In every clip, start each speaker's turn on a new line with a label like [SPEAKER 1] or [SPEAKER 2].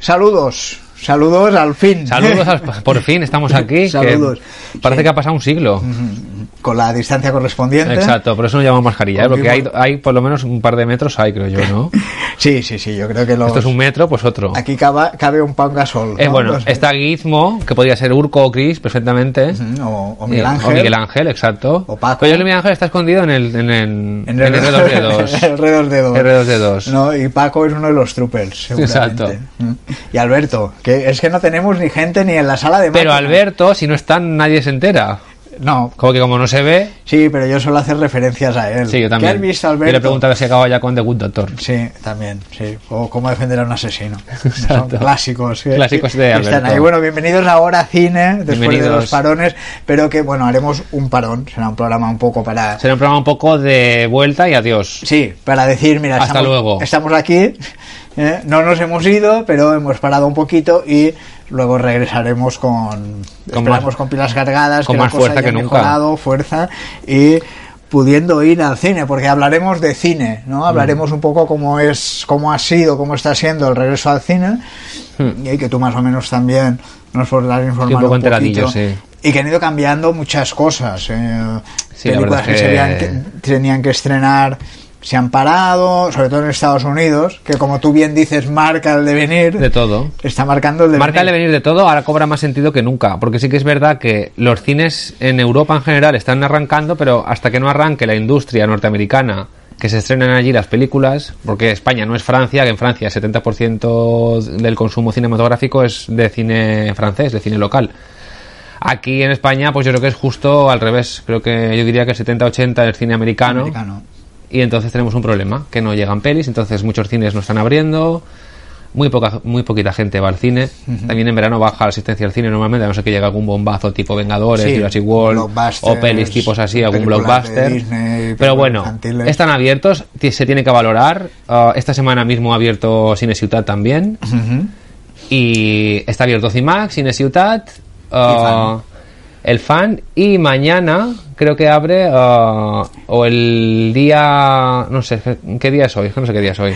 [SPEAKER 1] Saludos, saludos al fin.
[SPEAKER 2] Saludos, al- por fin estamos aquí. que
[SPEAKER 1] Saludos.
[SPEAKER 2] parece
[SPEAKER 1] Sí.
[SPEAKER 2] que ha pasado un siglo.
[SPEAKER 1] Con la distancia correspondiente.
[SPEAKER 2] Exacto, por eso no llamamos mascarilla, ¿eh? porque hay, hay por lo menos un par de metros, hay creo yo, ¿no?
[SPEAKER 1] Sí, sí, sí, yo creo que los...
[SPEAKER 2] Esto es un metro, pues otro.
[SPEAKER 1] Aquí caba- cabe un pan gasol.
[SPEAKER 2] Eh, bueno, está Gizmo, que podría ser Urco o Chris perfectamente.
[SPEAKER 1] Mm, O, o
[SPEAKER 2] Eh,
[SPEAKER 1] Miguel Ángel.
[SPEAKER 2] O Miguel Ángel, exacto.
[SPEAKER 1] O Paco.
[SPEAKER 2] Pero yo creo que Miguel Ángel está escondido en el, en el, en el R2D2.
[SPEAKER 1] el R2D2.
[SPEAKER 2] R2D2.
[SPEAKER 1] No, y Paco es uno de los troopers, seguramente.
[SPEAKER 2] Exacto.
[SPEAKER 1] Mm. Y Alberto, que es que no tenemos ni gente ni en la sala de
[SPEAKER 2] Pero
[SPEAKER 1] máquinas.
[SPEAKER 2] Alberto, si no está, nadie se entera.
[SPEAKER 1] No,
[SPEAKER 2] Como que como no se ve,
[SPEAKER 1] sí, pero yo suelo hacer referencias a él.
[SPEAKER 2] sí, yo también.
[SPEAKER 1] ¿Qué has visto,
[SPEAKER 2] Yo le
[SPEAKER 1] Alberto?
[SPEAKER 2] preguntaba si acababa ya con The Good Doctor.
[SPEAKER 1] Sí, también, sí. O cómo defender a un asesino. Son
[SPEAKER 2] Exacto.
[SPEAKER 1] clásicos. que-
[SPEAKER 2] Clásicos de
[SPEAKER 1] que están
[SPEAKER 2] Alberto.
[SPEAKER 1] ahí. Bueno, bienvenidos ahora a cine, después de
[SPEAKER 2] Bienvenidos.
[SPEAKER 1] los parones, pero que, bueno, haremos un parón. Será un programa un poco para...
[SPEAKER 2] Será un programa un poco de vuelta y adiós.
[SPEAKER 1] Sí, para decir, mira,
[SPEAKER 2] Hasta
[SPEAKER 1] estamos,
[SPEAKER 2] luego.
[SPEAKER 1] estamos aquí, eh, no nos hemos ido, pero hemos parado un poquito y luego regresaremos con, esperamos
[SPEAKER 2] más-
[SPEAKER 1] con pilas cargadas,
[SPEAKER 2] con
[SPEAKER 1] que la
[SPEAKER 2] más
[SPEAKER 1] cosa
[SPEAKER 2] fuerza
[SPEAKER 1] haya
[SPEAKER 2] que nunca.
[SPEAKER 1] mejorado, fuerza y pudiendo ir al cine, porque hablaremos de cine, ¿no?
[SPEAKER 2] Mm.
[SPEAKER 1] Hablaremos un poco cómo es, cómo ha sido, cómo está siendo el regreso al cine y que tú más o menos también nos podrás informar
[SPEAKER 2] Hmm. poco
[SPEAKER 1] un
[SPEAKER 2] enteradillo,
[SPEAKER 1] poquito.
[SPEAKER 2] sí.
[SPEAKER 1] Y que han ido cambiando muchas cosas. eh,
[SPEAKER 2] Sí, la
[SPEAKER 1] películas
[SPEAKER 2] verdad
[SPEAKER 1] que,
[SPEAKER 2] es
[SPEAKER 1] se
[SPEAKER 2] que-
[SPEAKER 1] habían que- tenían que estrenar se han parado, sobre todo en Estados Unidos, que como tú bien dices, marca el devenir.
[SPEAKER 2] De todo.
[SPEAKER 1] Está marcando el devenir.
[SPEAKER 2] Marca el devenir de todo, ahora cobra más sentido que nunca, porque sí que es verdad que los cines en Europa en general están arrancando, pero hasta que no arranque la industria norteamericana, que se estrenan allí las películas, porque España no es Francia, que en Francia el 70% del consumo cinematográfico es de cine francés, de cine local. Aquí en España, pues yo creo que es justo al revés, creo que yo diría que el 70-80 es cine
[SPEAKER 1] Americano.
[SPEAKER 2] y entonces tenemos un problema, que no llegan pelis, entonces muchos cines no están abriendo, muy poca muy poquita gente va al cine. También en verano baja la asistencia al cine normalmente, a no ser que llegue algún bombazo tipo Vengadores,
[SPEAKER 1] Sí,
[SPEAKER 2] Jurassic World
[SPEAKER 1] blockbusters,
[SPEAKER 2] o pelis tipos así, algún
[SPEAKER 1] películas de
[SPEAKER 2] blockbuster.
[SPEAKER 1] Disney, películas
[SPEAKER 2] Pero bueno,
[SPEAKER 1] infantiles.
[SPEAKER 2] están abiertos, ti- se tiene que valorar. Ah, esta semana mismo ha abierto Cine Ciutat también
[SPEAKER 1] Ujú.
[SPEAKER 2] y está abierto Cimax, Cine Ciutat, ah, el fan y mañana creo que abre ah, o el día no sé qué día es hoy, no sé qué día es hoy.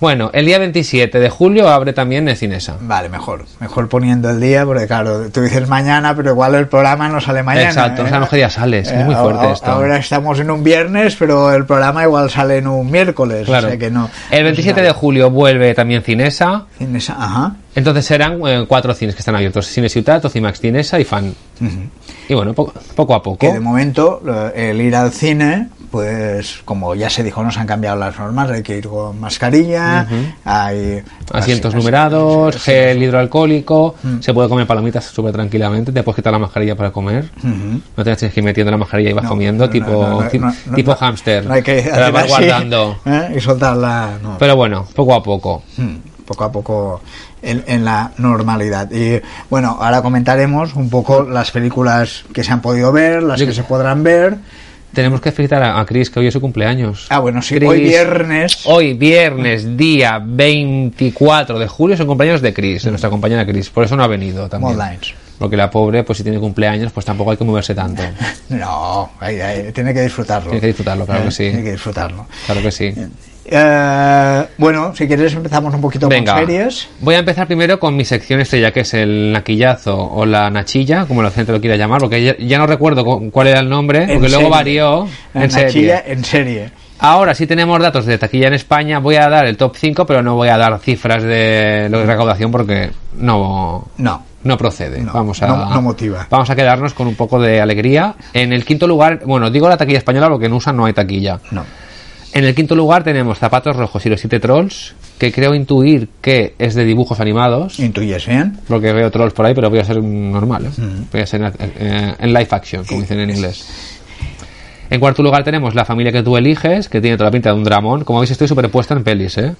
[SPEAKER 2] Bueno, el día 27 de julio abre también el Cinesa.
[SPEAKER 1] Vale, mejor. Mejor poniendo el día, porque claro, tú dices mañana, pero igual el programa no sale mañana.
[SPEAKER 2] Exacto, o sea, no sé qué día sale, es muy
[SPEAKER 1] a-
[SPEAKER 2] fuerte
[SPEAKER 1] a-
[SPEAKER 2] esto.
[SPEAKER 1] Ahora estamos en un viernes, pero el programa igual sale en un miércoles,
[SPEAKER 2] Claro.
[SPEAKER 1] o sea que no.
[SPEAKER 2] el 27 de julio vuelve también Cinesa.
[SPEAKER 1] En esa- Ajá.
[SPEAKER 2] Entonces serán eh, cuatro cines que están abiertos: Cine Ciutat, Cimax, Cinesa y Fan. Y bueno, po- poco a poco.
[SPEAKER 1] Que de momento eh, el ir al cine, pues como ya se dijo, nos han cambiado las normas, hay que ir con mascarilla, hay
[SPEAKER 2] asientos
[SPEAKER 1] así-
[SPEAKER 2] numerados,
[SPEAKER 1] así-
[SPEAKER 2] gel hidroalcohólico,
[SPEAKER 1] Mm.
[SPEAKER 2] se puede comer palomitas súper tranquilamente, te puedes quitar la mascarilla para comer, no tienes que ir metiendo la mascarilla y vas
[SPEAKER 1] no,
[SPEAKER 2] comiendo
[SPEAKER 1] no,
[SPEAKER 2] tipo
[SPEAKER 1] no, no,
[SPEAKER 2] ti-
[SPEAKER 1] no, no,
[SPEAKER 2] tipo
[SPEAKER 1] no,
[SPEAKER 2] hámster,
[SPEAKER 1] no hay que
[SPEAKER 2] te la
[SPEAKER 1] hacer
[SPEAKER 2] vas
[SPEAKER 1] así,
[SPEAKER 2] guardando.
[SPEAKER 1] ¿eh? y soltarla no.
[SPEAKER 2] Pero bueno, poco a poco.
[SPEAKER 1] Mm, poco a poco en, en la normalidad. Y bueno, ahora comentaremos un poco las películas que se han podido ver, las
[SPEAKER 2] Yo-
[SPEAKER 1] que se podrán ver.
[SPEAKER 2] Tenemos que felicitar a, a Chris que hoy es su cumpleaños.
[SPEAKER 1] Ah, bueno, sí,
[SPEAKER 2] Chris,
[SPEAKER 1] hoy viernes.
[SPEAKER 2] Hoy viernes, día 24 de julio, es el cumpleaños de Chris, de nuestra compañera Chris. Por eso no ha venido también.
[SPEAKER 1] Modlines.
[SPEAKER 2] Porque la pobre, pues si tiene cumpleaños, pues tampoco hay que moverse tanto.
[SPEAKER 1] No, ay, ay, tiene que disfrutarlo. ¿Eh?
[SPEAKER 2] Tiene que disfrutarlo, claro que sí.
[SPEAKER 1] Tiene que disfrutarlo.
[SPEAKER 2] Claro que sí.
[SPEAKER 1] Eh, bueno, si quieres empezamos un poquito
[SPEAKER 2] Venga,
[SPEAKER 1] con series.
[SPEAKER 2] voy a empezar primero con mi sección estrella, que es el naquillazo o la nachilla, como la gente lo quiera llamar, porque ya, ya no recuerdo cu- cuál era el nombre,
[SPEAKER 1] En
[SPEAKER 2] porque luego
[SPEAKER 1] serie.
[SPEAKER 2] varió
[SPEAKER 1] La
[SPEAKER 2] en serie.
[SPEAKER 1] Nachilla en serie.
[SPEAKER 2] Ahora sí tenemos datos de taquilla en España, voy a dar el top 5, pero no voy a dar cifras de lo de recaudación porque no...
[SPEAKER 1] No.
[SPEAKER 2] no procede.
[SPEAKER 1] No,
[SPEAKER 2] vamos a,
[SPEAKER 1] no- no motiva.
[SPEAKER 2] Vamos a quedarnos con un poco de alegría. En el quinto lugar, bueno, digo la taquilla española porque en USA no hay taquilla.
[SPEAKER 1] No.
[SPEAKER 2] En el quinto lugar tenemos Zapatos Rojos y los Siete Trolls, que creo intuir que es de dibujos animados.
[SPEAKER 1] ¿Intuyes bien?
[SPEAKER 2] Porque veo trolls por ahí, pero voy a ser un normal. ¿eh? Voy a ser eh, en live action, como dicen en inglés. En cuarto lugar tenemos La familia que tú eliges, que tiene toda la pinta de un dramón. Como veis, estoy superpuesto en pelis. ¿eh?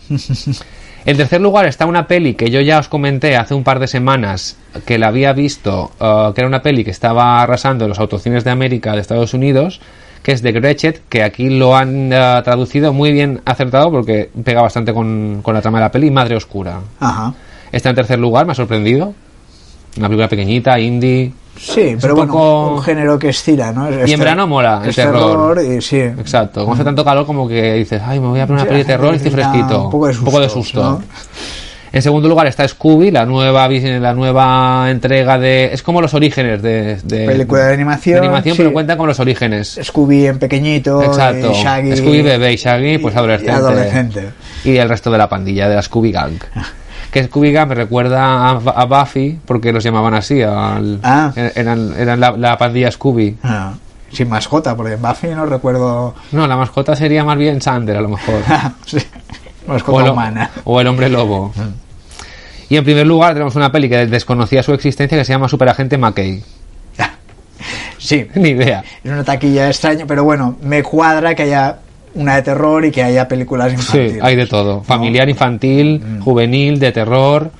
[SPEAKER 2] En tercer lugar está una peli que yo ya os comenté hace un par de semanas que la había visto, eh, que era una peli que estaba arrasando en los autocines de América, de Estados Unidos, que es de Gretchen, que aquí lo han eh, traducido muy bien acertado porque pega bastante con, con la trama de la peli, Madre Oscura.
[SPEAKER 1] Ajá.
[SPEAKER 2] Está en tercer lugar, me ha sorprendido. Una película pequeñita, indie.
[SPEAKER 1] Sí,
[SPEAKER 2] Es
[SPEAKER 1] pero
[SPEAKER 2] un
[SPEAKER 1] bueno,
[SPEAKER 2] poco-
[SPEAKER 1] un género que estira, ¿no? Es-
[SPEAKER 2] Y
[SPEAKER 1] es
[SPEAKER 2] en verano mola el
[SPEAKER 1] es
[SPEAKER 2] terror.
[SPEAKER 1] y sí.
[SPEAKER 2] Exacto. Como hace tanto calor como que dices, ay, me voy a poner una
[SPEAKER 1] Sí,
[SPEAKER 2] peli de terror y estoy
[SPEAKER 1] da
[SPEAKER 2] fresquito.
[SPEAKER 1] un poco de
[SPEAKER 2] susto.
[SPEAKER 1] sustos, ¿no?
[SPEAKER 2] En segundo lugar está Scooby, la nueva, vis- la nueva entrega de... Es como los orígenes de... de
[SPEAKER 1] Película de animación,
[SPEAKER 2] de animación,
[SPEAKER 1] sí.
[SPEAKER 2] pero cuenta con los orígenes.
[SPEAKER 1] Scooby en pequeñito,
[SPEAKER 2] Exacto.
[SPEAKER 1] y Shaggy.
[SPEAKER 2] Scooby bebé y Shaggy, pues
[SPEAKER 1] y- y
[SPEAKER 2] adolescente.
[SPEAKER 1] adolescente.
[SPEAKER 2] Y el resto de la pandilla, de la Scooby Gang. Que Scooby Gang me recuerda a, a Buffy, porque los llamaban así. Al,
[SPEAKER 1] Ah.
[SPEAKER 2] Eran, eran la, la pandilla Scooby.
[SPEAKER 1] Ah, sin mascota, porque en Buffy no recuerdo.
[SPEAKER 2] No, la mascota sería más bien Sander, a lo mejor.
[SPEAKER 1] Sí,
[SPEAKER 2] o,
[SPEAKER 1] mascota
[SPEAKER 2] el,
[SPEAKER 1] humana.
[SPEAKER 2] o el hombre lobo. Y en primer lugar tenemos una peli que desconocía su existencia que se llama Superagente McKay.
[SPEAKER 1] Sí,
[SPEAKER 2] Ni idea.
[SPEAKER 1] es una taquilla extraña, pero bueno, me cuadra que haya una de terror y que haya películas infantiles.
[SPEAKER 2] Sí, hay de todo. Familiar, infantil,
[SPEAKER 1] Mm.
[SPEAKER 2] juvenil, de terror.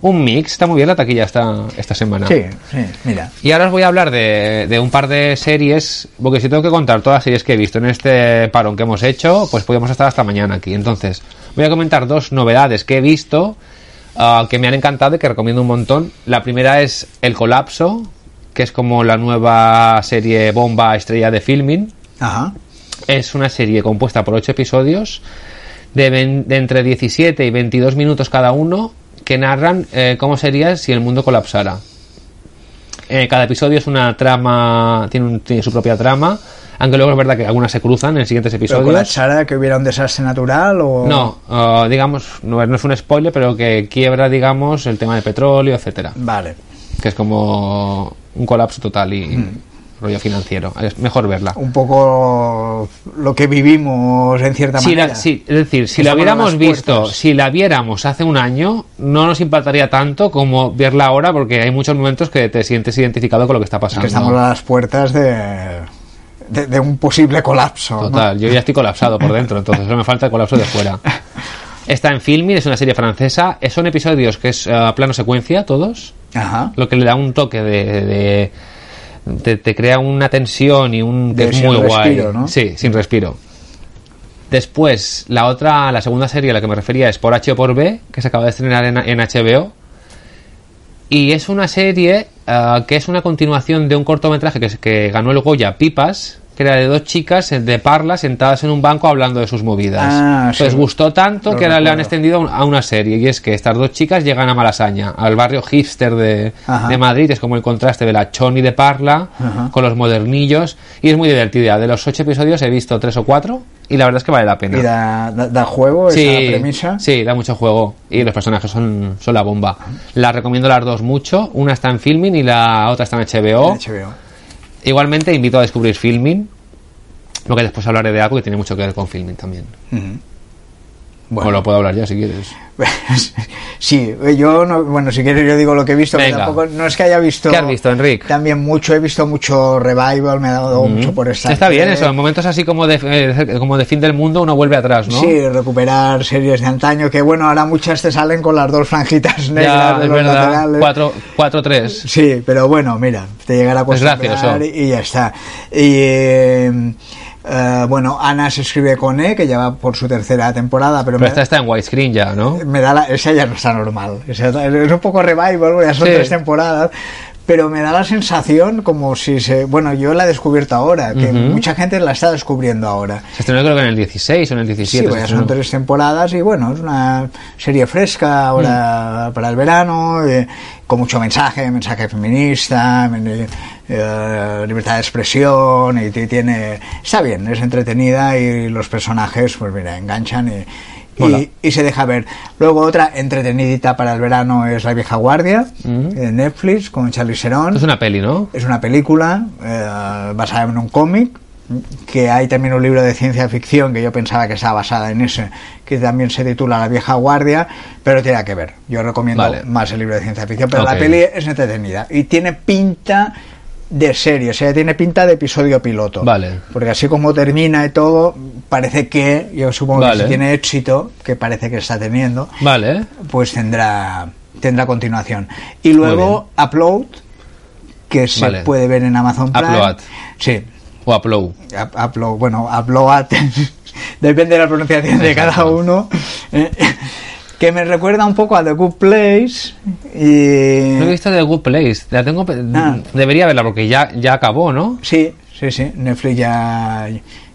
[SPEAKER 2] Un mix. Está muy bien la taquilla esta, esta semana.
[SPEAKER 1] Sí, sí, mira.
[SPEAKER 2] Y ahora os voy a hablar de, de un par de series, porque si tengo que contar todas las series que he visto en este parón que hemos hecho, pues podemos estar hasta mañana aquí. Entonces, voy a comentar dos novedades que he visto ah, que me han encantado y que recomiendo un montón. La primera es El Colapso, que es como la nueva serie bomba estrella de filming.
[SPEAKER 1] Ajá.
[SPEAKER 2] Es una serie compuesta por 8 episodios de, ven- de entre 17 y 22 minutos cada uno que narran eh, cómo sería si el mundo colapsara. Eh, cada episodio es una trama, tiene, un- tiene su propia trama, aunque luego es verdad que algunas se cruzan en siguientes
[SPEAKER 1] Pero con la
[SPEAKER 2] episodios.
[SPEAKER 1] Sara que hubiera un desastre natural o.
[SPEAKER 2] No, ah, digamos, no, es- no es un spoiler, pero que quiebra, digamos, el tema de petróleo, etcétera
[SPEAKER 1] Vale.
[SPEAKER 2] Que es como un colapso total y rollo financiero. Es mejor verla.
[SPEAKER 1] Un poco lo que vivimos en cierta
[SPEAKER 2] Si la-
[SPEAKER 1] manera.
[SPEAKER 2] si- es decir, si
[SPEAKER 1] Que
[SPEAKER 2] la
[SPEAKER 1] se abran
[SPEAKER 2] hubiéramos
[SPEAKER 1] las
[SPEAKER 2] visto,
[SPEAKER 1] puertas.
[SPEAKER 2] si la viéramos hace un año, no nos impactaría tanto como verla ahora, porque hay muchos momentos que te sientes identificado con lo que está
[SPEAKER 1] Es
[SPEAKER 2] pasando.
[SPEAKER 1] que estamos a las puertas de, de, de un posible colapso. ¿no?
[SPEAKER 2] Total, yo ya estoy colapsado por dentro, entonces solo me falta el colapso de fuera. Está en Filmin, es una serie francesa, eh, son episodios que es eh, plano secuencia, todos,
[SPEAKER 1] Ajá.
[SPEAKER 2] lo que le da un toque de... de- te, te crea una tensión y un... que
[SPEAKER 1] De
[SPEAKER 2] es
[SPEAKER 1] sin
[SPEAKER 2] muy
[SPEAKER 1] respiro,
[SPEAKER 2] guay.
[SPEAKER 1] ¿no?
[SPEAKER 2] Sí, sin respiro. Después, la otra, la segunda serie a la que me refería es Por H o por B, que se acaba de estrenar en, en HBO. Y es una serie ah, que es una continuación de un cortometraje que, es- que ganó el Goya Pipas, que era de dos chicas eh, de Parla sentadas en un banco hablando de sus movidas.
[SPEAKER 1] Ah,
[SPEAKER 2] Entonces
[SPEAKER 1] sí.
[SPEAKER 2] gustó tanto
[SPEAKER 1] Lo
[SPEAKER 2] que ahora le han
[SPEAKER 1] recuerdo.
[SPEAKER 2] extendido a un- a una serie. Y es que estas dos chicas llegan a Malasaña, al barrio hipster de,
[SPEAKER 1] Ajá.
[SPEAKER 2] de Madrid. Es como el contraste de la Choni de Parla
[SPEAKER 1] Ajá.
[SPEAKER 2] con los modernillos. Y es muy divertida. De los ocho episodios he visto tres o cuatro. Y la verdad es que vale la pena
[SPEAKER 1] Y da, da- da juego esa premisa.
[SPEAKER 2] sí, da mucho juego y los personajes son, son la bomba. Las recomiendo las dos mucho. Una está en Filmin y la otra está en HBO.
[SPEAKER 1] HBO.
[SPEAKER 2] Igualmente invito a descubrir Filmin, porque después hablaré de algo que tiene mucho que ver con Filmin también.
[SPEAKER 1] Ujú.
[SPEAKER 2] O lo puedo hablar ya si quieres.
[SPEAKER 1] sí, yo no, bueno, si quieres yo digo lo que he visto, pero
[SPEAKER 2] Venga.
[SPEAKER 1] tampoco no es que haya visto
[SPEAKER 2] ¿Qué has visto, Enric?
[SPEAKER 1] También mucho, he visto mucho revival, me ha dado mucho por estar.
[SPEAKER 2] Mm. Está bien eso, en momentos así como de, eh, como de fin del mundo uno vuelve atrás, ¿no?
[SPEAKER 1] Sí, recuperar series de antaño, que bueno, ahora muchas te salen con las dos franjitas negras
[SPEAKER 2] ya,
[SPEAKER 1] de
[SPEAKER 2] es
[SPEAKER 1] los
[SPEAKER 2] verdad.
[SPEAKER 1] laterales.
[SPEAKER 2] 4-3.
[SPEAKER 1] Sí, pero bueno, mira, te llegará a acostumbrar
[SPEAKER 2] gracioso.
[SPEAKER 1] y, y ya está. Y eh, eh, bueno, Ana se escribe con E, que ya va por su tercera temporada, pero,
[SPEAKER 2] Pero
[SPEAKER 1] me,
[SPEAKER 2] esta está en widescreen ya, ¿no?
[SPEAKER 1] me da la, esa ya no está normal. Esa ta- es un poco revival, ya son
[SPEAKER 2] Sí.
[SPEAKER 1] tres temporadas. Pero me da la sensación como si se. Bueno, yo la he descubierto ahora, que
[SPEAKER 2] Ujú.
[SPEAKER 1] mucha gente la está descubriendo ahora.
[SPEAKER 2] Se estrenó creo que en el 16 o en el
[SPEAKER 1] Sí,
[SPEAKER 2] 17.
[SPEAKER 1] pues
[SPEAKER 2] se
[SPEAKER 1] ya son
[SPEAKER 2] estrenó.
[SPEAKER 1] tres temporadas y bueno, es una serie fresca
[SPEAKER 2] Mm.
[SPEAKER 1] ahora para el verano, eh, con mucho mensaje, mensaje feminista, men- eh, libertad de expresión y, ti- tiene... Está bien, es entretenida y los personajes, pues mira, enganchan y,
[SPEAKER 2] Mola.
[SPEAKER 1] y, y se deja ver. Luego otra entretenidita para el verano es La vieja guardia, de Netflix, con Charlie Serón.
[SPEAKER 2] Esto Mm. es una peli, ¿no?
[SPEAKER 1] Es una película eh, basada en un cómic, que hay también un libro de ciencia ficción que yo pensaba que estaba basada en ese, que también se titula La vieja guardia, pero tiene que ver. Yo recomiendo
[SPEAKER 2] Vale.
[SPEAKER 1] más el libro de ciencia ficción, pero
[SPEAKER 2] Ok.
[SPEAKER 1] la peli es entretenida y tiene pinta de serie, o sea, tiene pinta de episodio piloto.
[SPEAKER 2] Vale.
[SPEAKER 1] Porque así como termina y todo, parece que, yo supongo
[SPEAKER 2] Vale.
[SPEAKER 1] que si tiene éxito, que parece que está teniendo,
[SPEAKER 2] Vale.
[SPEAKER 1] pues tendrá tendrá continuación. Y luego Upload, que se
[SPEAKER 2] Vale.
[SPEAKER 1] puede ver en Amazon Prime.
[SPEAKER 2] Upload.
[SPEAKER 1] Sí,
[SPEAKER 2] O Upload.
[SPEAKER 1] up- Upload, bueno, Upload, depende de la pronunciación de cada
[SPEAKER 2] Exacto.
[SPEAKER 1] uno. eh, que me recuerda un poco a The Good Place y...
[SPEAKER 2] No he visto The Good Place. La tengo. pe-
[SPEAKER 1] Ah.
[SPEAKER 2] Debería verla porque ya, ya acabó, ¿no?
[SPEAKER 1] Sí, sí, sí, Netflix ya,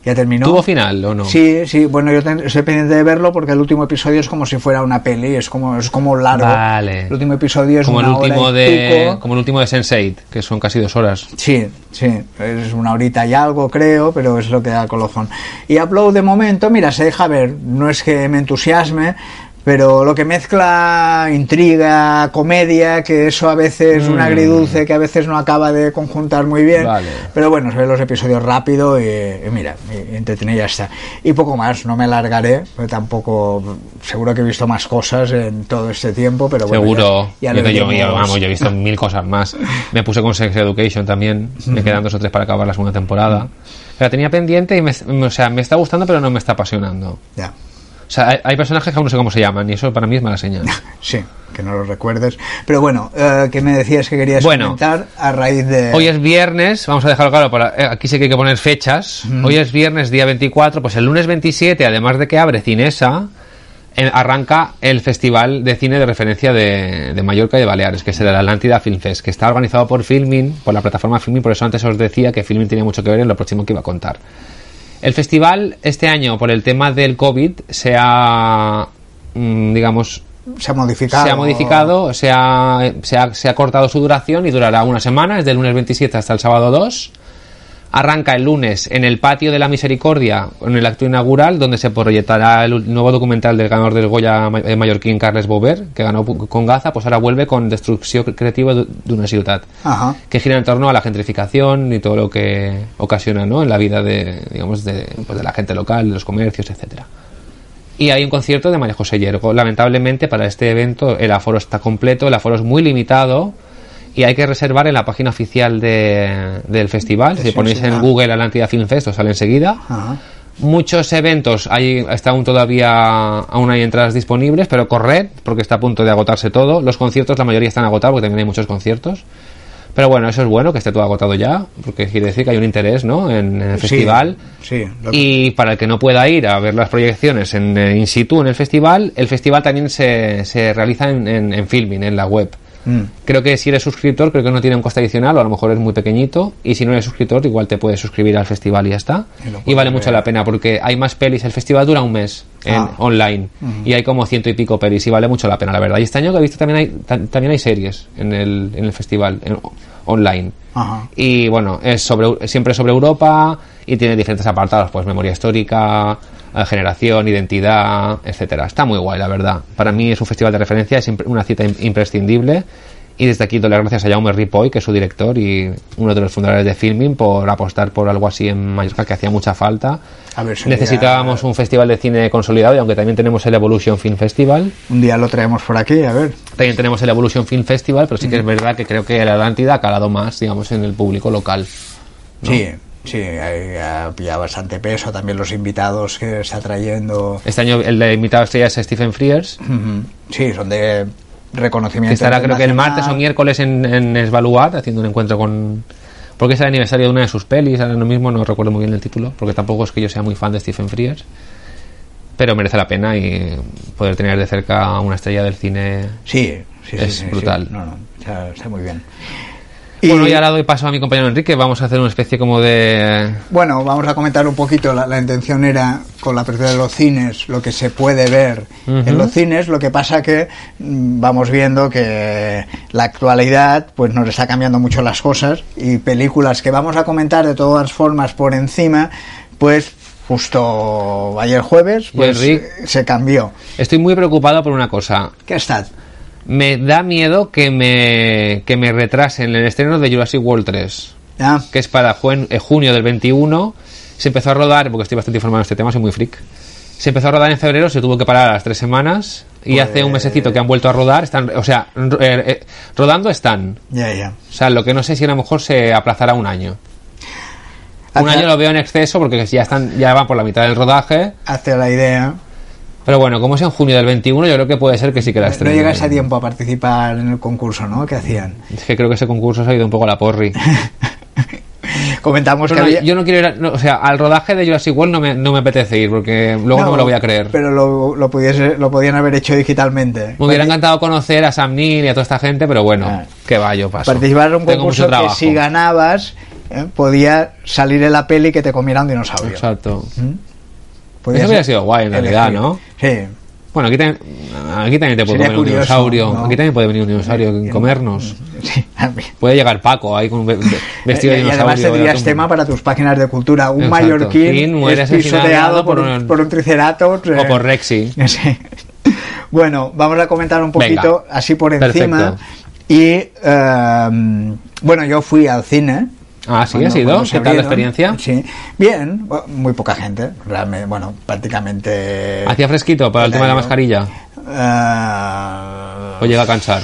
[SPEAKER 1] ya terminó.
[SPEAKER 2] ¿Tuvo final o no?
[SPEAKER 1] Sí, sí, bueno, yo ten- estoy pendiente de verlo porque el último episodio es como si fuera una peli, es como es como largo.
[SPEAKER 2] Vale.
[SPEAKER 1] El último episodio es
[SPEAKER 2] Como el
[SPEAKER 1] una hora
[SPEAKER 2] último
[SPEAKER 1] y
[SPEAKER 2] de.
[SPEAKER 1] pico.
[SPEAKER 2] Como el último de Sense8, que son casi dos horas.
[SPEAKER 1] Sí, sí, es una horita y algo, creo, pero es lo que da el colofón. Y Upload de momento, mira, se deja ver, no es que me entusiasme, pero lo que mezcla intriga, comedia, que eso a veces un
[SPEAKER 2] Mm.
[SPEAKER 1] agridulce que a veces no acaba de conjuntar muy bien,
[SPEAKER 2] Vale.
[SPEAKER 1] pero bueno, se ven los episodios rápido y, y mira, y, entretenida ya está. Y poco más, no me alargaré, pero tampoco, seguro que he visto más cosas en todo este tiempo, pero bueno,
[SPEAKER 2] Seguro.
[SPEAKER 1] ya, ya lo
[SPEAKER 2] yo, yo- yo,
[SPEAKER 1] veremos.
[SPEAKER 2] vamos, yo he visto mil cosas más. Me puse con Sex Education también. Me quedan dos o tres para acabar la segunda temporada. La tenía pendiente y me, o sea, me está gustando, pero no me está apasionando. O
[SPEAKER 1] Ya.
[SPEAKER 2] sea, hay, hay personajes que aún no sé cómo se llaman y eso para mí es mala señal.
[SPEAKER 1] Sí, que no lo recuerdes. Pero bueno, eh, que me decías que querías
[SPEAKER 2] Bueno.
[SPEAKER 1] comentar a raíz de...
[SPEAKER 2] Hoy es viernes, vamos a dejarlo claro, para, eh, aquí sí que hay que poner fechas. Hoy es viernes, día 24, pues el lunes 27, además de que abre Cinesa, eh, arranca el Festival de Cine de Referencia de, de Mallorca y de Baleares, que es el Atlántida Film Fest, que está organizado por Filmin, por la plataforma Filmin, por eso antes os decía que Filmin tenía mucho que ver en lo próximo que iba a contar. El festival este año, por el tema del COVID, se ha, mm, digamos,
[SPEAKER 1] se ha modificado.
[SPEAKER 2] se ha modificado, se ha, se, ha, se ha cortado su duración y durará una semana, es del lunes 27 hasta el sábado 2. Arranca el lunes en el patio de la Misericordia, en el acto inaugural, donde se proyectará el ul- nuevo documental del ganador del Goya ma- eh, mallorquín Carles Bover, que ganó pu- con Gaza, pues ahora vuelve con Destrucción Creativa de de una ciudad
[SPEAKER 1] Ajá.
[SPEAKER 2] que gira en torno a la gentrificación y todo lo que ocasiona ¿no? en la vida de, digamos, de, pues, de la gente local, de los comercios, etcétera. Y hay un concierto de María José Yergo. Lamentablemente para este evento el aforo está completo, el aforo es muy limitado y hay que reservar en la página oficial de- del festival. Si
[SPEAKER 1] Sí,
[SPEAKER 2] ponéis
[SPEAKER 1] sí,
[SPEAKER 2] en
[SPEAKER 1] ah.
[SPEAKER 2] Google Atlántida Film Fest os sale enseguida.
[SPEAKER 1] Ajá.
[SPEAKER 2] Muchos eventos hay, está aún todavía aún hay entradas disponibles, pero corred porque está a punto de agotarse todo. Los conciertos la mayoría están agotados porque también hay muchos conciertos. Pero bueno, eso es bueno que esté todo agotado ya, porque quiere decir que hay un interés, ¿no? En, en el
[SPEAKER 1] Sí,
[SPEAKER 2] festival.
[SPEAKER 1] sí, lo-
[SPEAKER 2] Y para el que no pueda ir a ver las proyecciones en eh, in situ en el festival, el festival también se, se realiza en, en, en filming, en la web.
[SPEAKER 1] Mm.
[SPEAKER 2] Creo que si eres suscriptor, creo que no tiene un coste adicional, o a lo mejor es muy pequeñito. Y si no eres suscriptor, igual te puedes suscribir al festival y ya está.
[SPEAKER 1] Y lo
[SPEAKER 2] Y,
[SPEAKER 1] puedes
[SPEAKER 2] vale
[SPEAKER 1] ver.
[SPEAKER 2] mucho la pena porque hay más pelis. El festival dura un mes en-
[SPEAKER 1] Ah.
[SPEAKER 2] online y hay como ciento y pico pelis. Y vale mucho la pena, la verdad. Y este año que he visto también hay, ta- también hay series en el, en el festival en- online.
[SPEAKER 1] Ajá.
[SPEAKER 2] Y bueno, es sobre, siempre sobre Europa y tiene diferentes apartados, pues memoria histórica, eh, generación, identidad, etcétera. Está muy guay, la verdad. Para mí es un festival de referencia, es impre- una cita im- imprescindible. Y desde aquí doy las gracias a Jaume Ripoll, que es su director y uno de los fundadores de Filming, por apostar por algo así en Mallorca que hacía mucha falta.
[SPEAKER 1] A ver, sería-
[SPEAKER 2] Necesitábamos un festival de cine consolidado y aunque también tenemos el Evolution Film Festival,
[SPEAKER 1] Un día lo traemos por aquí, a ver.
[SPEAKER 2] también tenemos el Evolution Film Festival, pero sí que es verdad que creo que el Atlántida ha calado más, digamos, en el público local.
[SPEAKER 1] Sí, sí, ahí ha pillado bastante peso. También los invitados que está trayendo.
[SPEAKER 2] Este año el de invitado estrella es Stephen Frears,
[SPEAKER 1] Ujú. Sí, son de reconocimiento.
[SPEAKER 2] Eh. que estará creo que el martes o
[SPEAKER 1] internacional.
[SPEAKER 2] miércoles en, en Esvaluat haciendo un encuentro con... Porque es el aniversario de una de sus pelis, ahora lo mismo no recuerdo muy bien el título, porque tampoco es que yo sea muy fan de Stephen Frears. Pero merece la pena y poder tener de cerca a una estrella del cine.
[SPEAKER 1] Sí, sí, sí,
[SPEAKER 2] Es
[SPEAKER 1] sí, sí.
[SPEAKER 2] brutal.
[SPEAKER 1] No, no, está, está muy bien.
[SPEAKER 2] Bueno, y ahora doy paso a mi compañero Enrique, vamos a hacer una especie como de...
[SPEAKER 1] Bueno, vamos a comentar un poquito. La, la intención era, con la apertura de los cines, lo que se puede ver en los cines. Lo que pasa que mm, vamos viendo que la actualidad pues nos está cambiando mucho las cosas y películas que vamos a comentar de todas formas por encima, pues justo ayer jueves, pues
[SPEAKER 2] Enric?
[SPEAKER 1] se cambió.
[SPEAKER 2] Estoy muy preocupado por una cosa.
[SPEAKER 1] ¿Qué está?
[SPEAKER 2] Me da miedo que me, que me retrasen el estreno de Jurassic World 3,
[SPEAKER 1] Ah,
[SPEAKER 2] que es para juen- eh, junio del 21. Se empezó a rodar, porque estoy bastante informado en este tema, soy muy freak. Se empezó a rodar en febrero, se tuvo que parar a las tres semanas. Y
[SPEAKER 1] Pues,
[SPEAKER 2] hace un mesecito que han vuelto a rodar. Están, o sea, ro- eh, eh, rodando están.
[SPEAKER 1] ya, ya.
[SPEAKER 2] O sea, lo que no sé si a lo mejor se aplazará un año. Un
[SPEAKER 1] Hace-
[SPEAKER 2] año lo veo en exceso porque ya están ya van por la mitad del rodaje.
[SPEAKER 1] Hace la idea.
[SPEAKER 2] Pero bueno, como es en junio del 21, yo creo que puede ser que sí que la
[SPEAKER 1] No
[SPEAKER 2] estrenen.
[SPEAKER 1] llegas a tiempo a participar en el concurso, ¿no? Que hacían.
[SPEAKER 2] Es que creo que ese concurso se ha ido un poco a la porri.
[SPEAKER 1] Comentamos
[SPEAKER 2] Pero
[SPEAKER 1] que
[SPEAKER 2] no,
[SPEAKER 1] había...
[SPEAKER 2] Yo no quiero ir, a- no, o sea, al rodaje de Jurassic World no me, no me apetece ir porque luego no, me lo voy a creer.
[SPEAKER 1] Pero lo, lo, pudiese- lo podían haber hecho digitalmente.
[SPEAKER 2] me hubiera encantado conocer a Sam Neill y a toda esta gente, pero bueno,
[SPEAKER 1] Ah.
[SPEAKER 2] que va, yo paso.
[SPEAKER 1] Participar en un
[SPEAKER 2] Tengo mucho
[SPEAKER 1] concurso que
[SPEAKER 2] trabajo.
[SPEAKER 1] si ganabas eh, podía salir en la peli que te comiera un dinosaurio.
[SPEAKER 2] Exacto.
[SPEAKER 1] Podía
[SPEAKER 2] Eso hubiera
[SPEAKER 1] ser
[SPEAKER 2] sido guay, en realidad,
[SPEAKER 1] elegido.
[SPEAKER 2] ¿no?
[SPEAKER 1] Sí.
[SPEAKER 2] Bueno, aquí, también- aquí también
[SPEAKER 1] Sería
[SPEAKER 2] te puede comer un
[SPEAKER 1] curioso,
[SPEAKER 2] dinosaurio.
[SPEAKER 1] ¿no? Eh,
[SPEAKER 2] Aquí también puede venir un dinosaurio a comernos.
[SPEAKER 1] Sí, también.
[SPEAKER 2] Puede llegar Paco ahí con un ve- ve- vestido
[SPEAKER 1] y, eh,
[SPEAKER 2] de
[SPEAKER 1] y
[SPEAKER 2] dinosaurio.
[SPEAKER 1] además
[SPEAKER 2] y
[SPEAKER 1] tendrías
[SPEAKER 2] otro-
[SPEAKER 1] tema para tus páginas de cultura. Un
[SPEAKER 2] Exacto. Quien
[SPEAKER 1] mallorquín
[SPEAKER 2] muere
[SPEAKER 1] es pisoteado
[SPEAKER 2] asesinado
[SPEAKER 1] por
[SPEAKER 2] por
[SPEAKER 1] un,
[SPEAKER 2] un-
[SPEAKER 1] por un triceratops. eh.
[SPEAKER 2] O por Rexy.
[SPEAKER 1] Sí. Bueno, vamos a comentar un poquito
[SPEAKER 2] Venga.
[SPEAKER 1] así por encima.
[SPEAKER 2] Perfecto.
[SPEAKER 1] Y eh, bueno, yo fui al cine.
[SPEAKER 2] Ah, sí,
[SPEAKER 1] Cuando-
[SPEAKER 2] has ido.
[SPEAKER 1] cuando pues se
[SPEAKER 2] ¿Qué tal la
[SPEAKER 1] abrieron.
[SPEAKER 2] experiencia?
[SPEAKER 1] Sí, bien, bu- muy poca gente, realmente, bueno, prácticamente.
[SPEAKER 2] ¿Hacía fresquito para el tema de la
[SPEAKER 1] Claro.
[SPEAKER 2] mascarilla?
[SPEAKER 1] eh,
[SPEAKER 2] ¿O Pues llega a cansar?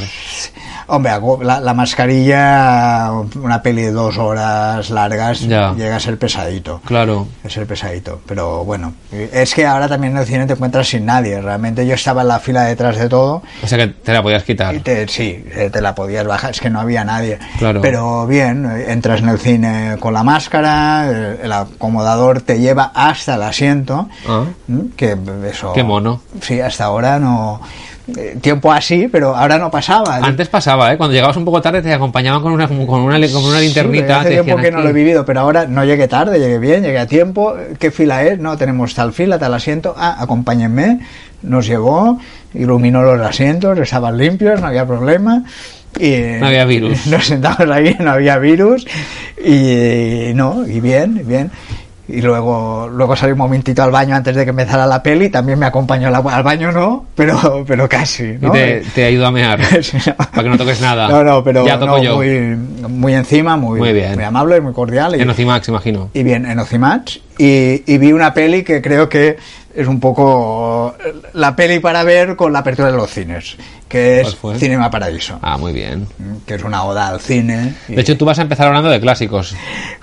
[SPEAKER 1] Hombre, algo- la, la mascarilla, una peli de dos horas largas,
[SPEAKER 2] Ya.
[SPEAKER 1] llega a ser pesadito.
[SPEAKER 2] Claro.
[SPEAKER 1] Es el pesadito, pero bueno, es que ahora también en el cine te encuentras sin nadie. Realmente yo estaba en la fila detrás de todo
[SPEAKER 2] O sea que te la podías quitar.
[SPEAKER 1] y te, sí, eh, te la podías bajar, es que no había nadie.
[SPEAKER 2] Claro.
[SPEAKER 1] Pero bien, eh, entras en el cine con la máscara, eh, el, el acomodador te lleva hasta el asiento.
[SPEAKER 2] Ah.
[SPEAKER 1] ¿m? Que eso.
[SPEAKER 2] Qué mono.
[SPEAKER 1] Sí, hasta ahora no. eh, Tiempo así, pero ahora no pasaba.
[SPEAKER 2] Antes pasaba, ¿eh? Cuando llegabas un poco tarde te acompañaban con una, con una, con una
[SPEAKER 1] Sí,
[SPEAKER 2] linternita.
[SPEAKER 1] hace
[SPEAKER 2] te
[SPEAKER 1] tiempo
[SPEAKER 2] decían
[SPEAKER 1] que no
[SPEAKER 2] aquí.
[SPEAKER 1] lo he vivido, pero ahora no llegué tarde, llegué bien, llegué a tiempo. ¿Qué fila es? No, tenemos tal fila, tal asiento. Ah, acompáñenme. Nos llevó, iluminó los asientos, estaban limpios, no había problema. Y
[SPEAKER 2] No había virus.
[SPEAKER 1] Nos sentamos ahí, no había virus. Y no, y bien, bien. Y luego, luego salí un momentito al baño antes de que empezara la peli. También me acompañó la- al baño, no, pero, pero casi.
[SPEAKER 2] Y
[SPEAKER 1] ¿no? Eh,
[SPEAKER 2] te, te ayudó a mear.
[SPEAKER 1] Sí, no.
[SPEAKER 2] Para que no toques nada.
[SPEAKER 1] No, no, pero
[SPEAKER 2] Ya toco
[SPEAKER 1] no,
[SPEAKER 2] yo.
[SPEAKER 1] Muy, muy encima, muy,
[SPEAKER 2] Muy bien.
[SPEAKER 1] muy amable, muy cordial. Y,
[SPEAKER 2] En Ocimax, imagino.
[SPEAKER 1] y bien, Enocimats. Y, y vi una peli que creo que es un poco la peli para ver con la apertura de los cines, que
[SPEAKER 2] ¿Cuál
[SPEAKER 1] es
[SPEAKER 2] fue?
[SPEAKER 1] Cinema Paraíso,
[SPEAKER 2] Ah, muy bien.
[SPEAKER 1] que es una oda al cine. Y-
[SPEAKER 2] De hecho, tú vas a empezar hablando de clásicos.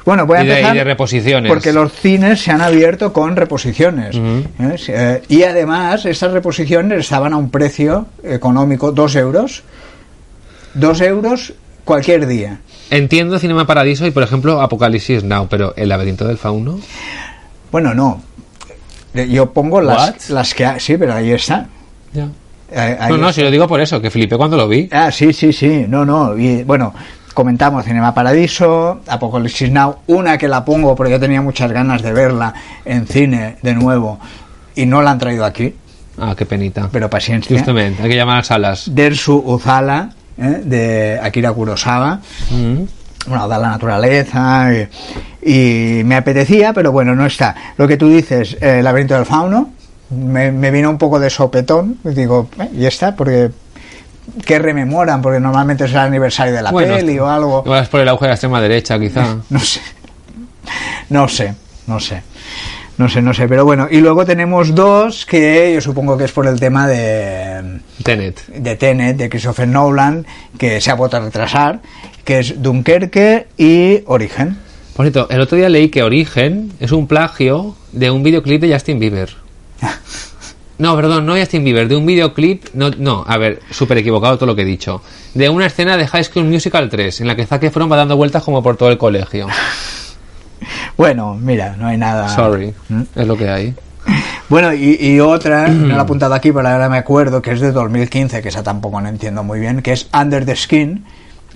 [SPEAKER 1] bueno, voy a
[SPEAKER 2] y de- y
[SPEAKER 1] empezar
[SPEAKER 2] de reposiciones.
[SPEAKER 1] Porque los cines se han abierto con reposiciones. ¿ves? Eh, y además, estas reposiciones estaban a un precio económico, dos euros. Dos euros cualquier día.
[SPEAKER 2] Entiendo Cinema Paradiso y, por ejemplo, Apocalipsis Now, pero El laberinto del fauno.
[SPEAKER 1] Bueno, no. Eh, Yo pongo las,
[SPEAKER 2] What?
[SPEAKER 1] las que... ha- Sí, pero ahí está.
[SPEAKER 2] Ya.
[SPEAKER 1] Eh, ahí
[SPEAKER 2] No, no,
[SPEAKER 1] está.
[SPEAKER 2] si lo digo por eso, que flipé cuando lo vi.
[SPEAKER 1] Ah, sí, sí, sí. No, no. Y, bueno, comentamos Cinema Paradiso, Apocalipsis Now, una que la pongo porque yo tenía muchas ganas de verla en cine de nuevo y no la han traído aquí,
[SPEAKER 2] Ah, qué penita.
[SPEAKER 1] pero ¿eh? paciencia.
[SPEAKER 2] Justamente, hay que llamar a Salas.
[SPEAKER 1] Dersu Uzala, eh, de Akira Kurosawa.
[SPEAKER 2] Mm.
[SPEAKER 1] una oda a la naturaleza eh, y, me apetecía, pero bueno, no está. Lo que tú dices, eh, el laberinto del fauno, me, me vino un poco de sopetón, y digo, eh, y está, porque que rememoran, porque normalmente es el aniversario de la peli o algo,
[SPEAKER 2] igual es por el auge de la extrema derecha, quizá.
[SPEAKER 1] no sé, no sé, no sé. No sé, no sé, pero bueno, y luego tenemos dos que yo supongo que es por el tema de,
[SPEAKER 2] Tenet.
[SPEAKER 1] de Tenet, de Christopher Nolan, que se ha vuelto a retrasar, que es Dunkerque y Origen.
[SPEAKER 2] Por cierto, el otro día leí que Origen es un plagio de un videoclip de Justin Bieber. No, perdón, no Justin Bieber, de un videoclip. No, no a ver, súper equivocado todo lo que he dicho. De una escena de High School Musical 3, en la que Zac Efron va dando vueltas como por todo el colegio.
[SPEAKER 1] Bueno, mira, no hay nada.
[SPEAKER 2] Sorry,
[SPEAKER 1] ¿mm?
[SPEAKER 2] es lo que hay.
[SPEAKER 1] Bueno, y, y otra, no la he apuntado aquí, pero ahora me acuerdo, que es de 2015, que esa tampoco no entiendo muy bien, que es Under the Skin,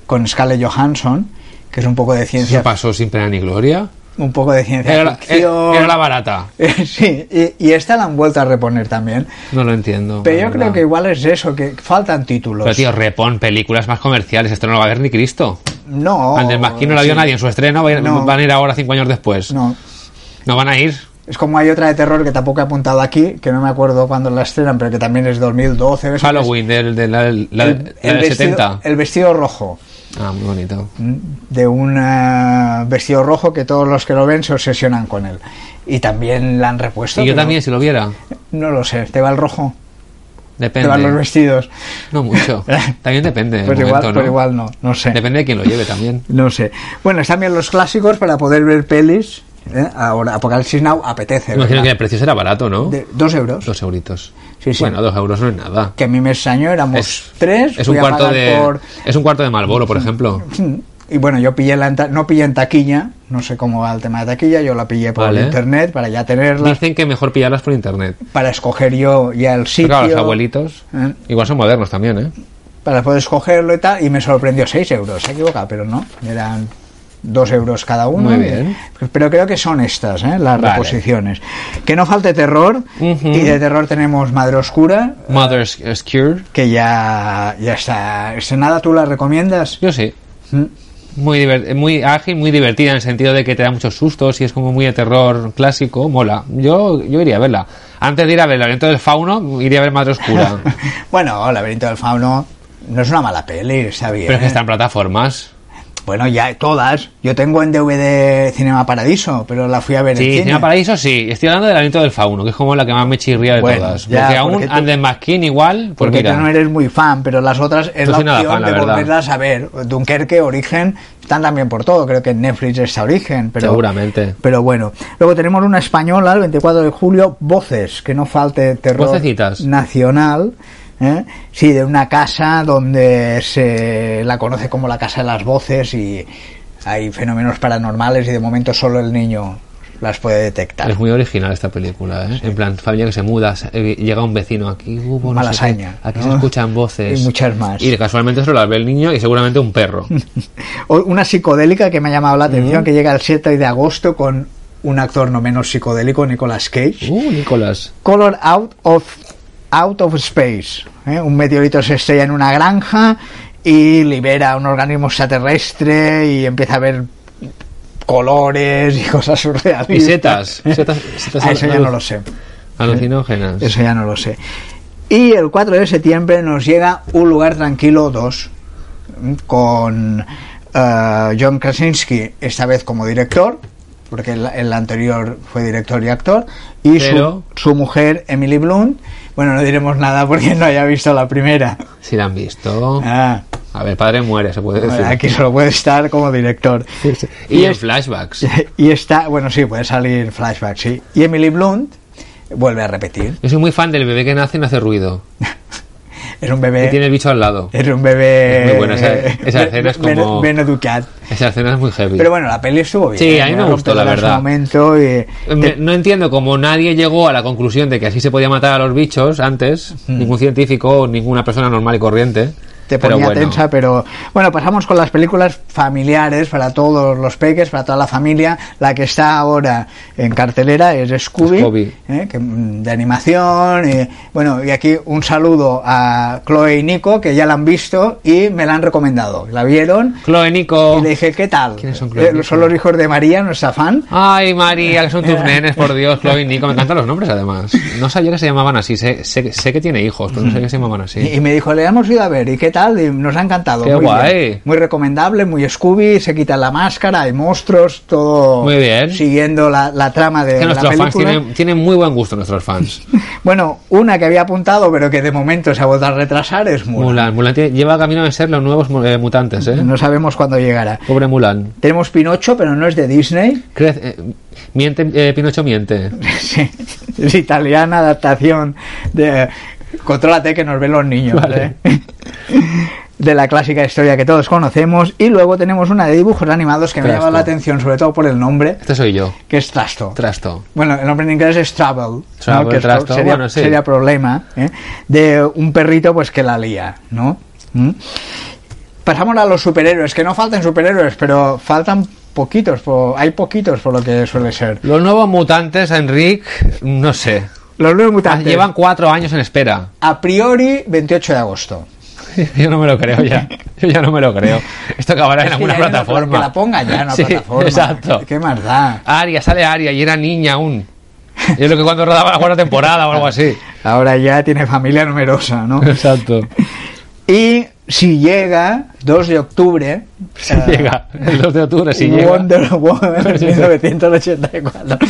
[SPEAKER 1] con Scarlett Johansson, que es un poco de
[SPEAKER 2] ¿Eso
[SPEAKER 1] ciencia,
[SPEAKER 2] pasó sin pena ni gloria?
[SPEAKER 1] un poco de ciencia
[SPEAKER 2] Era la,
[SPEAKER 1] ficción.
[SPEAKER 2] era la barata.
[SPEAKER 1] sí, y, y esta la han vuelto a reponer también.
[SPEAKER 2] No lo entiendo.
[SPEAKER 1] Pero
[SPEAKER 2] la
[SPEAKER 1] yo creo
[SPEAKER 2] verdad.
[SPEAKER 1] que igual es eso, que faltan títulos.
[SPEAKER 2] Pero tío, repon películas más comerciales, esto no lo va a ver ni Cristo.
[SPEAKER 1] no.
[SPEAKER 2] Ander McKee no la vio
[SPEAKER 1] Oh, sí.
[SPEAKER 2] nadie en su estreno, va a ir-
[SPEAKER 1] No.
[SPEAKER 2] van a ir ahora cinco años después. No,
[SPEAKER 1] No.
[SPEAKER 2] van a ir.
[SPEAKER 1] Es como hay otra de terror que tampoco he apuntado aquí, que no me acuerdo cuándo la estrenan, pero que también es 2012. ¿ves?
[SPEAKER 2] Halloween, del, de la, la-
[SPEAKER 1] El,
[SPEAKER 2] la
[SPEAKER 1] el
[SPEAKER 2] del
[SPEAKER 1] vestido,
[SPEAKER 2] 70.
[SPEAKER 1] el vestido rojo. mm,
[SPEAKER 2] Ah, muy bonito.
[SPEAKER 1] de un eh, vestido rojo que todos los que lo ven se obsesionan con él. Y también la han repuesto.
[SPEAKER 2] Y yo
[SPEAKER 1] pero
[SPEAKER 2] también, si lo viera.
[SPEAKER 1] No lo sé, te va el rojo, te van los
[SPEAKER 2] Depende.
[SPEAKER 1] vestidos.
[SPEAKER 2] No mucho. También depende. del
[SPEAKER 1] Pues igual,
[SPEAKER 2] momento, ¿no?
[SPEAKER 1] pues igual no, no sé.
[SPEAKER 2] Depende de quién lo lleve también.
[SPEAKER 1] No sé. Bueno, están bien los clásicos para poder ver pelis. ¿eh? Ahora, Apocalypse Now apetece.
[SPEAKER 2] Me imagino que
[SPEAKER 1] ¿verdad?
[SPEAKER 2] el precio será barato, ¿no?
[SPEAKER 1] De- dos euros.
[SPEAKER 2] Dos euritos.
[SPEAKER 1] Sí, sí.
[SPEAKER 2] Bueno, dos euros no es nada.
[SPEAKER 1] Que a mí me extrañó, éramos tres.
[SPEAKER 2] es un
[SPEAKER 1] fui a
[SPEAKER 2] cuarto
[SPEAKER 1] pagar
[SPEAKER 2] de
[SPEAKER 1] por-
[SPEAKER 2] es un cuarto de Malboro, por ejemplo.
[SPEAKER 1] Y bueno, yo pillé la enta- no pillé en taquilla, no sé cómo va el tema de taquilla, yo la pillé por
[SPEAKER 2] Vale.
[SPEAKER 1] internet para ya tenerla,
[SPEAKER 2] Dicen que mejor pillarlas por internet.
[SPEAKER 1] para escoger yo ya el
[SPEAKER 2] Pero
[SPEAKER 1] sitio.
[SPEAKER 2] claro, los abuelitos
[SPEAKER 1] ¿Eh?
[SPEAKER 2] igual son modernos también, ¿eh?
[SPEAKER 1] para poder escogerlo y tal, y me sorprendió 6 euros, se equivoca, pero no, eran 2 euros cada uno. Pues,
[SPEAKER 2] Muy bien.
[SPEAKER 1] Pero creo que son estas, ¿eh? las
[SPEAKER 2] Vale.
[SPEAKER 1] reposiciones. Que no falte terror,
[SPEAKER 2] Ujú.
[SPEAKER 1] y de terror tenemos Madre Oscura,
[SPEAKER 2] Mother's eh, Cure,
[SPEAKER 1] que ya, ya está estrenada, ¿tú la recomiendas?
[SPEAKER 2] yo sí.
[SPEAKER 1] Mm.
[SPEAKER 2] Muy, diver- muy ágil, muy divertida en el sentido de que te da muchos sustos y es como muy de terror clásico, mola. Yo, yo iría a verla. Antes de ir a ver El Laberinto del Fauno, iría a ver Madre Oscura.
[SPEAKER 1] Bueno, Laberinto del Fauno no es una mala peli, está bien.
[SPEAKER 2] Pero es que
[SPEAKER 1] ¿eh?
[SPEAKER 2] está en plataformas.
[SPEAKER 1] Bueno, ya todas. Yo tengo en DVD Cinema Paradiso, pero la fui a ver en
[SPEAKER 2] Sí,
[SPEAKER 1] cine.
[SPEAKER 2] Cinema Paraíso sí. Estoy hablando del Laberinto del Fauno, que es como la que más me chirría de
[SPEAKER 1] Bueno,
[SPEAKER 2] todas.
[SPEAKER 1] ya,
[SPEAKER 2] porque aún
[SPEAKER 1] porque tú-
[SPEAKER 2] Anden McKean igual, pues
[SPEAKER 1] Porque
[SPEAKER 2] mira.
[SPEAKER 1] tú no eres muy fan, pero las otras es
[SPEAKER 2] No
[SPEAKER 1] la
[SPEAKER 2] soy nada
[SPEAKER 1] opción
[SPEAKER 2] fan, la
[SPEAKER 1] de
[SPEAKER 2] verdad.
[SPEAKER 1] volverlas a ver. Dunkerque, Origen, están también por todo. Creo que en Netflix está Origen. Pero,
[SPEAKER 2] Seguramente.
[SPEAKER 1] Pero bueno. Luego tenemos una española, el 24 de julio, Voces, que no falte terror
[SPEAKER 2] Vocecitas.
[SPEAKER 1] nacional. ¿eh? Sí, de una casa donde se la conoce como la Casa de las Voces y hay fenómenos paranormales y de momento solo el niño las puede detectar.
[SPEAKER 2] Es muy original esta película, ¿eh? En plan, familia que se muda, se- eh, llega un vecino aquí, hubo no sé qué,
[SPEAKER 1] Malasaña,
[SPEAKER 2] aquí
[SPEAKER 1] ¿no?
[SPEAKER 2] se escuchan voces.
[SPEAKER 1] Y muchas más.
[SPEAKER 2] Y casualmente solo las ve el niño y seguramente un perro.
[SPEAKER 1] O- Una psicodélica que me ha llamado la atención, que llega el 7 de agosto con un actor no menos psicodélico, Nicolas Cage.
[SPEAKER 2] Uh, Nicolás.
[SPEAKER 1] Color Out of, out of Space. ¿eh? Un meteorito se estrella en una granja y libera un organismo extraterrestre y empieza a ver colores y cosas surrealistas.
[SPEAKER 2] Y setas. Setas, setas
[SPEAKER 1] Ah, eso ya
[SPEAKER 2] alu-
[SPEAKER 1] no lo sé.
[SPEAKER 2] Alucinógenas.
[SPEAKER 1] Eso ya no lo sé. Y el 4 de septiembre nos llega Un lugar tranquilo 2 mm, con eh, John Krasinski, esta vez como director, porque el, el anterior fue director y actor, y su-
[SPEAKER 2] Pero-
[SPEAKER 1] su, mujer Emily Blunt. Bueno, no diremos nada porque no haya visto la primera.
[SPEAKER 2] Si la han visto.
[SPEAKER 1] Ah,
[SPEAKER 2] A ver, padre muere, se puede decir.
[SPEAKER 1] aquí solo puede estar como director.
[SPEAKER 2] Y, en
[SPEAKER 1] es-
[SPEAKER 2] flashbacks.
[SPEAKER 1] y está, bueno, sí, puede salir flashback, sí. Y Emily Blunt vuelve a repetir.
[SPEAKER 2] Yo soy muy fan del bebé que nace y no hace ruido.
[SPEAKER 1] Es un
[SPEAKER 2] Y
[SPEAKER 1] bebé.
[SPEAKER 2] tiene el bicho al lado.
[SPEAKER 1] Era un bebé. eh,
[SPEAKER 2] Es muy buena esa- esa escena es
[SPEAKER 1] Ben-
[SPEAKER 2] como-
[SPEAKER 1] Ben Educat.
[SPEAKER 2] Esa escena es muy heavy.
[SPEAKER 1] Pero bueno, la peli estuvo bien.
[SPEAKER 2] Sí, a mí me gustó, la
[SPEAKER 1] rompedora en su
[SPEAKER 2] verdad.
[SPEAKER 1] momento y-
[SPEAKER 2] Eh, Me- No entiendo cómo nadie llegó a la conclusión de que así se podía matar a los bichos antes, ningún científico o ninguna persona normal y corriente.
[SPEAKER 1] Mm. te
[SPEAKER 2] Pero
[SPEAKER 1] ponía
[SPEAKER 2] bueno.
[SPEAKER 1] tensa, pero bueno, pasamos con las películas familiares para todos los peques, para toda la familia. La que está ahora en cartelera es Scooby,
[SPEAKER 2] Scooby.
[SPEAKER 1] ¿eh? que, mm, de animación. y, bueno, y aquí un saludo a Chloe y Nico, que ya la han visto y me la han recomendado. La vieron
[SPEAKER 2] Chloe, Nico.
[SPEAKER 1] y le dije, ¿qué tal?
[SPEAKER 2] Oh. ¿Quiénes son Chloe y
[SPEAKER 1] Eh,
[SPEAKER 2] Nico?
[SPEAKER 1] son los hijos de María, nuestra fan.
[SPEAKER 2] Ay, María, que son tus nenes, por Dios, Chloe y Nico. Me encantan los nombres, además. No sabía que se llamaban así. Sé, sé- sé que tiene hijos, pero no sé que se llamaban
[SPEAKER 1] Mm. Y
[SPEAKER 2] así.
[SPEAKER 1] y me dijo, le hemos ido a ver, ¿y qué tal? Y nos ha encantado.
[SPEAKER 2] Qué
[SPEAKER 1] muy
[SPEAKER 2] guay.
[SPEAKER 1] bien. Muy recomendable, muy Scooby, se quita la máscara, hay monstruos, todo
[SPEAKER 2] Muy bien.
[SPEAKER 1] siguiendo la, la trama de
[SPEAKER 2] Que
[SPEAKER 1] Eh, la
[SPEAKER 2] nuestros fans
[SPEAKER 1] película.
[SPEAKER 2] tienen, tienen muy buen gusto, nuestros fans.
[SPEAKER 1] Bueno, una que había apuntado, pero que de momento se ha vuelto a retrasar, es Mulan.
[SPEAKER 2] Mulan, Mulan tiene- lleva camino de ser los nuevos mu- eh, mutantes, ¿eh?
[SPEAKER 1] No sabemos cuándo llegará.
[SPEAKER 2] Pobre Mulan.
[SPEAKER 1] Tenemos Pinocho, pero no es de Disney.
[SPEAKER 2] Crece- eh, miente, eh, Pinocho miente.
[SPEAKER 1] Sí, es italiana, adaptación de... Contrólate que nos ven los niños.
[SPEAKER 2] Vale.
[SPEAKER 1] ¿eh? De la clásica historia que todos conocemos. Y luego tenemos una de dibujos animados que me
[SPEAKER 2] Trasto.
[SPEAKER 1] llama la atención, sobre todo por el nombre,
[SPEAKER 2] Este soy yo.
[SPEAKER 1] que es Trasto.
[SPEAKER 2] Trasto.
[SPEAKER 1] bueno, el nombre en inglés es Trouble, ¿no?
[SPEAKER 2] Trouble,
[SPEAKER 1] que es-
[SPEAKER 2] Trasto,
[SPEAKER 1] sería,
[SPEAKER 2] bueno, sí.
[SPEAKER 1] sería problema, ¿eh? de un perrito pues que la lía, ¿no? ¿Mm? Pasamos a los superhéroes, que no faltan superhéroes, pero faltan poquitos, po- hay poquitos por lo que suele ser.
[SPEAKER 2] Los nuevos mutantes, Enric, no sé.
[SPEAKER 1] Los nueve
[SPEAKER 2] Ah,
[SPEAKER 1] mutantes.
[SPEAKER 2] Llevan cuatro años en espera.
[SPEAKER 1] A priori, 28 de agosto.
[SPEAKER 2] Yo no me lo creo ya. Yo ya no me lo creo. Esto acabará en
[SPEAKER 1] Es que
[SPEAKER 2] alguna
[SPEAKER 1] ya en una-
[SPEAKER 2] plataforma.
[SPEAKER 1] Que la ponga ya en una
[SPEAKER 2] Sí,
[SPEAKER 1] plataforma.
[SPEAKER 2] Exacto.
[SPEAKER 1] ¿Qué más da?
[SPEAKER 2] Aria, sale Aria y era niña aún. Yo creo que cuando rodaba la cuarta temporada o algo así.
[SPEAKER 1] Ahora ya tiene familia numerosa, ¿no?
[SPEAKER 2] Exacto.
[SPEAKER 1] Y si llega, 2 de octubre.
[SPEAKER 2] Si
[SPEAKER 1] eh,
[SPEAKER 2] llega, el 2 de octubre, Pues si llega.
[SPEAKER 1] Wonder Woman 1984.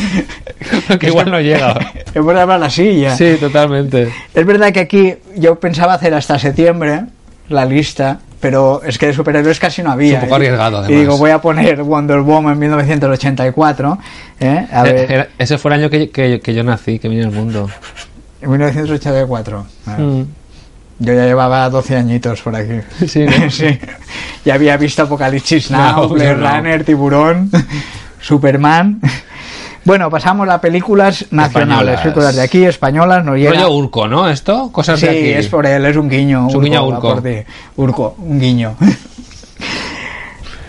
[SPEAKER 2] Que igual no llega.
[SPEAKER 1] Hemos hablado la silla.
[SPEAKER 2] Sí, totalmente.
[SPEAKER 1] Es verdad que aquí yo pensaba hacer hasta septiembre la lista, pero es que de superhéroes casi no había.
[SPEAKER 2] Es un poco
[SPEAKER 1] Y-
[SPEAKER 2] arriesgado,
[SPEAKER 1] Y
[SPEAKER 2] además.
[SPEAKER 1] digo, voy a poner Wonder Woman 1984. ¿eh? A
[SPEAKER 2] Eh,
[SPEAKER 1] ver,
[SPEAKER 2] era- ese fue el año que, que- que yo nací, que vine al mundo.
[SPEAKER 1] 1984. Ah,
[SPEAKER 2] Mm.
[SPEAKER 1] Yo ya llevaba 12 añitos por aquí.
[SPEAKER 2] Sí, ¿no?
[SPEAKER 1] Sí. Ya había visto Apocalipsis Now,
[SPEAKER 2] No,
[SPEAKER 1] Blade
[SPEAKER 2] yo no.
[SPEAKER 1] Runner, Tiburón, Superman. Bueno, pasamos a películas nacionales,
[SPEAKER 2] Españolas.
[SPEAKER 1] películas de aquí, españolas, no llega.
[SPEAKER 2] Rollo Urco, ¿no? ¿Esto? Cosas
[SPEAKER 1] Sí,
[SPEAKER 2] de aquí.
[SPEAKER 1] es por él, es un guiño.
[SPEAKER 2] Es un guiño a
[SPEAKER 1] va
[SPEAKER 2] Urco.
[SPEAKER 1] por ti. Urco, un guiño.